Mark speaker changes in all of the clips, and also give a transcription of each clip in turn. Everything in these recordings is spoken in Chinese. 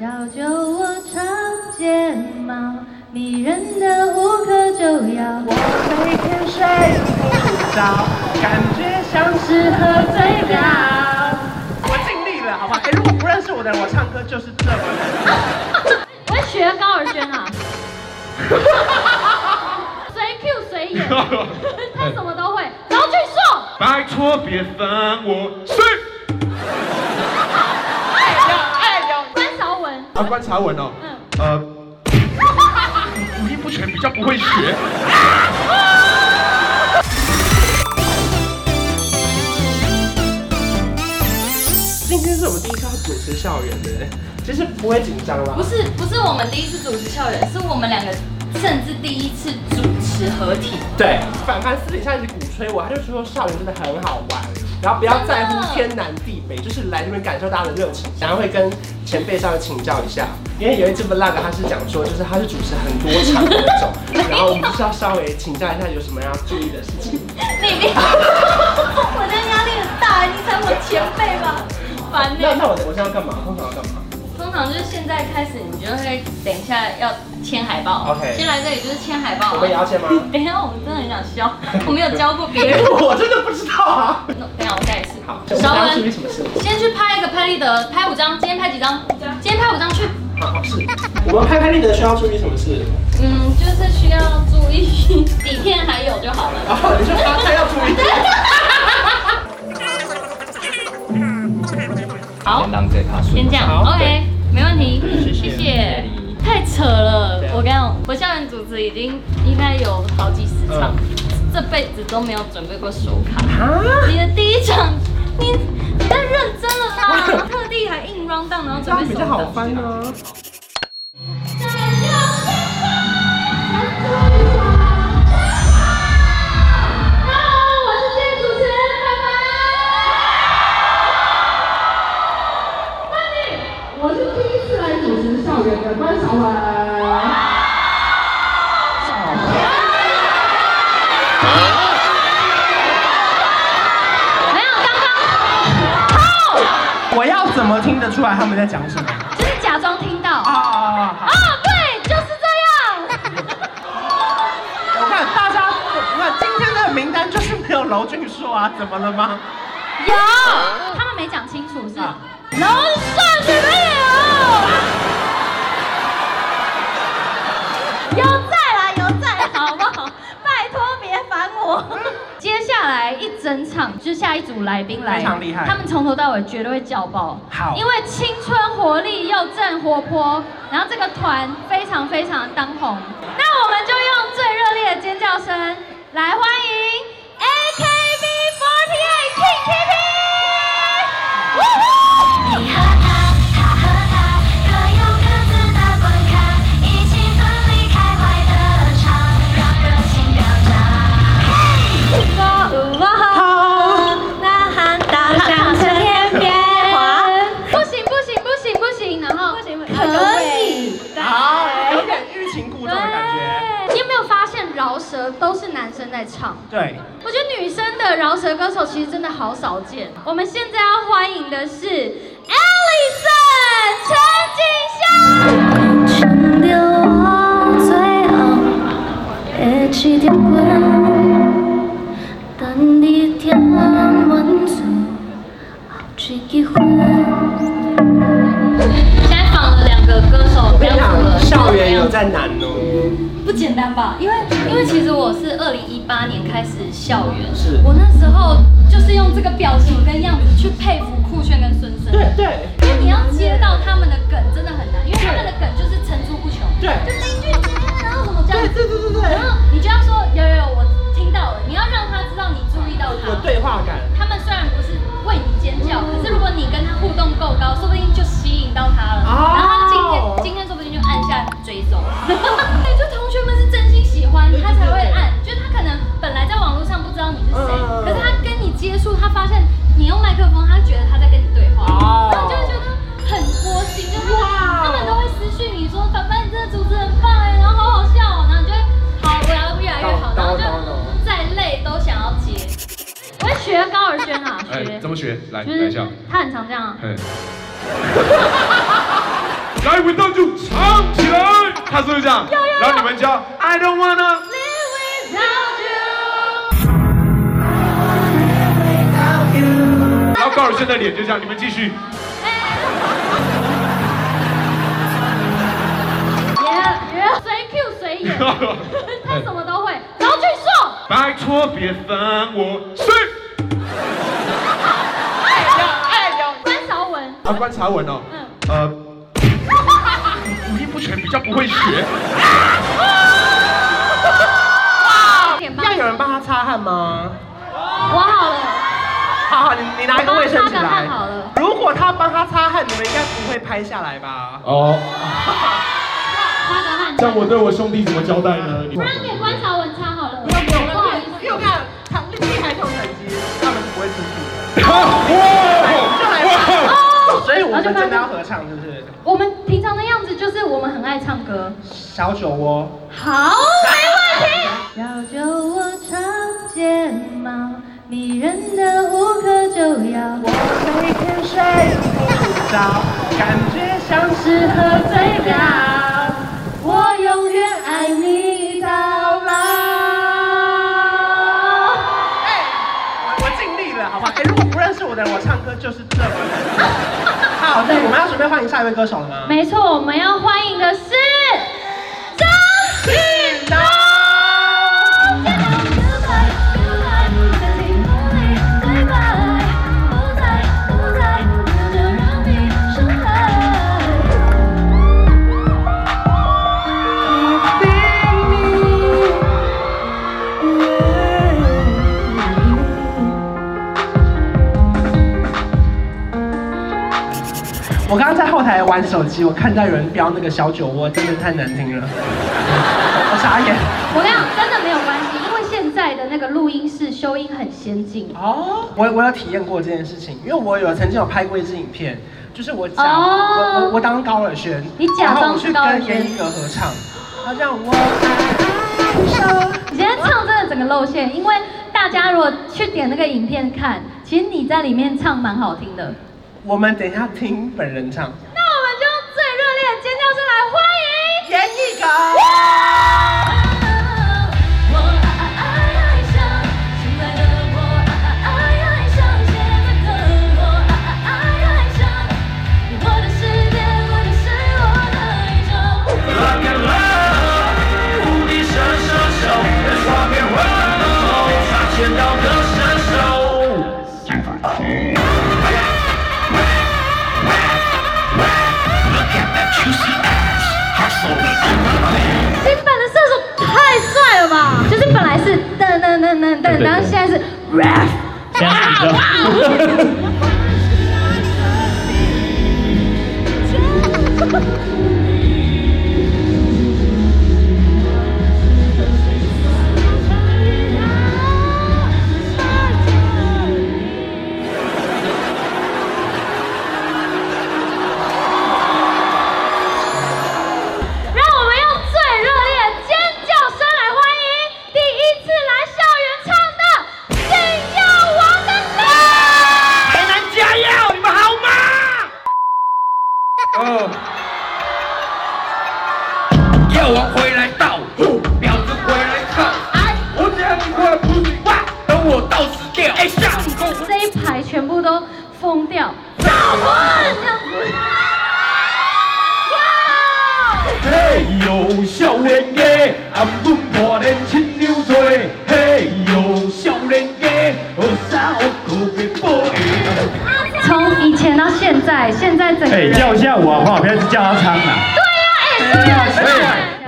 Speaker 1: 小酒窝长睫毛，迷人的无可救药。
Speaker 2: 我每天睡不着，感觉像是喝醉了。我尽力了，好不好？哎，如果不认识我的人，我唱歌就是这么
Speaker 3: 难。我学高尔宣啊，随 Q 随演，他什么都会。然后去送，
Speaker 4: 拜托别烦我，睡。
Speaker 5: 哎
Speaker 1: 哎
Speaker 4: 啊，观察文哦，嗯，呃，五音不全比较不会学。
Speaker 2: 今天是我们第一次要主持校园的，其实不会紧张啊吧？
Speaker 5: 不是，不是我们第一次主持校园，是我们两个甚至第一次主持合体。
Speaker 2: 对，反凡私底下一直鼓吹我，他就说校园真的很好玩，然后不要在乎天南地北，就是来这边感受大家的热情，然后会跟。前辈上请教一下，因为有一次 vlog 他是讲说，就是他是主持很多场的那种， 然后我们就是要稍微请教一下有什么要注意的事情。
Speaker 5: 你 你，我的压力很大，你才我前辈吧，烦呢、
Speaker 2: 欸。那那我我现在要干嘛？通常要干嘛？
Speaker 5: 通常就是现在开始，你就会等一下要签海报。
Speaker 2: OK。
Speaker 5: 先来这里就是签海报、啊。
Speaker 2: 我们也要签吗？
Speaker 5: 等一下，我们真的很想笑，我没有教过别 人。
Speaker 2: 我真的不知道啊。
Speaker 5: No, 等下我再一次。
Speaker 2: 好。小文，
Speaker 5: 先去拍一个拍立得，拍五张。今天拍几张？五张。今天拍五张去。
Speaker 2: 好是。我们拍拍立得需要注意什么事？
Speaker 5: 嗯，就是需要注意 底片还有就好了。哦，
Speaker 2: 啊你说拍拍要注意。
Speaker 5: 好，先这样，OK，没问题，谢谢。太扯了，我跟你讲，我校园主持已经应该有好几十场，
Speaker 2: 嗯
Speaker 5: 这辈子都没有准备过手卡。你的第一场，你你太认真了啦，特地还硬 round down，然后准备手卡。
Speaker 2: 好翻啊！我要怎么听得出来他们在讲什么？
Speaker 5: 哦就是假装听到。哦
Speaker 2: 啊啊啊！啊，
Speaker 5: 对，就是这样。
Speaker 2: 我看大家，我看今天的名单就是没有娄俊硕啊，怎么了吗？
Speaker 5: 有，他们没讲清楚是
Speaker 2: 啊
Speaker 5: 娄俊硕啊没有。有在啦，有在，好不好？拜托别烦我。接下来一整场，就下一组来宾来，
Speaker 2: 非常厉害。
Speaker 5: 他们从头到尾绝对会叫爆，
Speaker 2: 好，
Speaker 5: 因为青春活力又正活泼，然后这个团非常非常当红。那我们就用最热烈的尖叫声来欢迎 AKB48 King Kitty。你和他，他和他，各有各自的关卡，一起奋力开怀的唱，让热情飙涨。
Speaker 2: 啊
Speaker 5: 饶舌都是男生在唱，
Speaker 2: 对，
Speaker 5: 我觉得女生的饶舌歌手其实真的好少见。我们现在要欢迎的是 Alison 陈景香。现在访了两个歌手，
Speaker 2: 非常校园有在难哦。
Speaker 5: 不简单吧？因为因为其实我是二零一八年开始校园，
Speaker 2: 是
Speaker 5: 我那时候就是用这个表情跟样子去佩服酷炫跟孙生。
Speaker 2: 对对，
Speaker 5: 因为你要接到他们的梗真的很难，因为他们的梗就是层出不穷。
Speaker 2: 对，
Speaker 5: 就那一句，然后怎啊么这样？
Speaker 2: 对对对对对。
Speaker 5: 然后你就要说有有有，我听到了。你要让他知道你注意到他。
Speaker 2: 有对话感。
Speaker 5: 他们虽然不是为你尖叫，可是如果你跟他互动够高，说不定就吸引到他了。然后他今天今天说不定就按下追踪。 对，就同学们是真心喜欢他才会按，就是他可能本来在网络上不知道你是谁，可是他跟你接触，他发现你用麦克风，他觉得他在跟你对话，然后就会觉得很窝心。就是他们都会私讯你说，凡凡你这个主持很棒哎，然后好好笑哦，然后你就会好，我要越来越好，然后就再累都想要接。我会学高尔宣啊，
Speaker 4: 哎
Speaker 5: 学
Speaker 4: 怎么学？来，
Speaker 5: 就是他很常这样啊。
Speaker 4: 来 without you 唱起来，他是不是这样？然后你们教 I don't wanna。然后高尔宣的脸就这样，你们继续。
Speaker 5: 随 Q 随 演，他什么都会。然后去送，
Speaker 4: 拜托别烦我，睡。
Speaker 5: 关韶文，
Speaker 4: 啊，观察文哦，呃，五音不全比较不会学。
Speaker 5: 点
Speaker 2: 要有人帮他擦汗吗？
Speaker 5: 我好了。
Speaker 2: 好好，你你拿一个卫生
Speaker 5: 我帮
Speaker 2: 纸
Speaker 5: 他擦个汗
Speaker 2: 来
Speaker 5: 好了。
Speaker 2: 如果他帮他擦汗，你们应该不会拍下来吧？
Speaker 6: 哦，
Speaker 5: 擦个汗，
Speaker 6: 像我对我兄弟怎么交代呢？你
Speaker 5: 不然给关韶文擦好了。
Speaker 2: 不用不用，
Speaker 5: 不好意思，
Speaker 2: 因为我看他厉害这种等级，他们是不会出去
Speaker 4: 哇！
Speaker 2: 的。所以我们真的要合唱，是不是？
Speaker 5: 我们平常的样子就是我们很爱唱歌。
Speaker 2: 小酒窝。
Speaker 5: 好，
Speaker 7: 绕着我长睫毛，迷人的无可救药。
Speaker 2: 我每天睡不着，感觉像是喝醉了。
Speaker 7: 我永远爱你到老。
Speaker 2: 我尽力了，好不好？哎，如果不认识我的人，我唱歌就是这么难。好的，我们要准备欢迎下一位歌手了吗？
Speaker 5: 没错，我们要欢迎的是张宇
Speaker 2: 张我刚刚在后台玩手机，我看到有人标那个小酒窝，真的太难听了，我傻眼。
Speaker 5: 我跟你讲，真的没有关系，因为现在的那个录音室修音很先进。
Speaker 2: 哦，我我有体验过这件事情，因为我有曾经有拍过一支影片，就是我假、
Speaker 5: 哦
Speaker 2: 我我我当高尔宣，
Speaker 5: 你假
Speaker 2: 然后
Speaker 5: 装
Speaker 2: 我
Speaker 5: 是
Speaker 2: 去
Speaker 5: 高尔
Speaker 2: 跟
Speaker 5: 宣
Speaker 2: 严艺格合唱，他这样我爱上
Speaker 5: 你今天唱真的整个露馅，因为大家如果去点那个影片看，其实你在里面唱蛮好听的。
Speaker 2: 我们等一下听本人唱
Speaker 5: 那我们就用最热烈的尖叫声来欢迎。
Speaker 2: 严艺格。
Speaker 5: 新版的射手太帅了吧！就是本来是噔噔噔噔噔，然后现在是 rap。
Speaker 6: 这样比较。
Speaker 5: 让我们用最热烈的尖叫声来欢迎第一次来校园唱的《信药王的你》。
Speaker 4: 台南加油，你们好吗？哦，药王回来到，婊子回来套，我只要你快不行，等我到死掉。哎，下你跟我
Speaker 5: 这一排全部都疯掉，造魂这样子。哇！
Speaker 6: 嘿呦，少年家，颔棍破连亲像做。嘿呦，少年家，学啥学可别报应。
Speaker 5: 从以前到现在，现在整个
Speaker 6: 哎，
Speaker 5: 人。
Speaker 6: 叫一下我好不好？不要一直叫阿昌啊。
Speaker 5: 对呀，哎，是不是？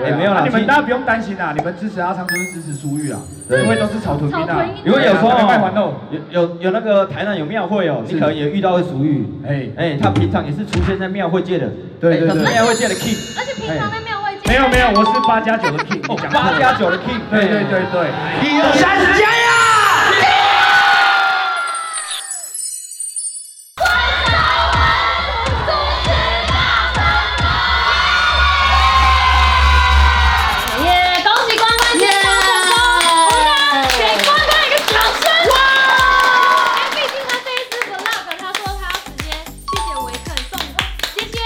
Speaker 6: 哎，没有啦，你们大家不用担心啦，你们支持阿昌就是支持苏玉啊，因为都是草屯兵
Speaker 5: 草
Speaker 6: 啊
Speaker 5: 屯。兵
Speaker 8: 如果有时候
Speaker 6: 卖完喽
Speaker 8: 哦。有有有那个台南有庙会哦，你可能也遇到俗语，
Speaker 6: 哎
Speaker 8: 哎哎，他平常也是出现在庙会界的，
Speaker 6: 对对
Speaker 8: 哎他是
Speaker 6: 对
Speaker 8: 庙会界的 king，
Speaker 5: 而且平常在庙会见
Speaker 6: 没有没有，我是八加九的 king，你讲错
Speaker 8: 八
Speaker 6: 了
Speaker 8: 加九的 king，
Speaker 6: 对对对对。
Speaker 2: 啊
Speaker 3: 耶！恭喜关关成功！我们给关关一个掌声！哇！哎，毕竟他这一支 vlog，他说他要直接去写维肯送姐姐。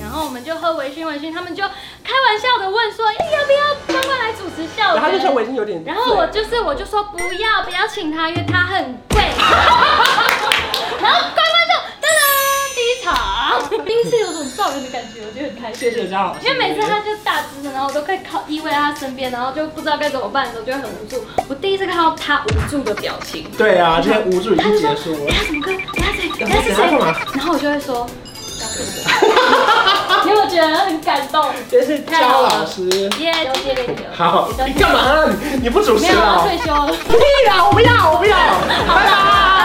Speaker 5: 然后我们就喝微醺微醺，他们就开玩笑的问说，哎要不要关关来主持校
Speaker 2: 然后他就
Speaker 5: 园
Speaker 2: 说？我已经有点醉，
Speaker 5: 然后我就是我就说不要不要请他，因为他很 贵。然后关关就噔噔第一场，第一次有种校园的感觉，我觉得很开心
Speaker 2: 谢。谢嘉豪，
Speaker 5: 因为每次他就大只的，然后我都快靠依偎在他身边，然后就不知道该怎么办的时候，就会很无助。我第一次看到他无助的表情，
Speaker 2: 对啊，这些无助已经结束了
Speaker 5: 哎，他什么歌？哎他谁？
Speaker 2: 然
Speaker 5: 哎他是
Speaker 2: 后等下
Speaker 5: 谁
Speaker 2: 干？嘛？
Speaker 5: 然后我就会说， 你有没有觉得很感动？
Speaker 2: 这是焦老师。
Speaker 5: 耶，谢谢你。
Speaker 2: 好，你干嘛？你不主
Speaker 5: 没
Speaker 2: 持啊
Speaker 5: 有，啊
Speaker 2: 了
Speaker 5: 我？退休了。
Speaker 2: 不要，我不要，我不要，拜拜。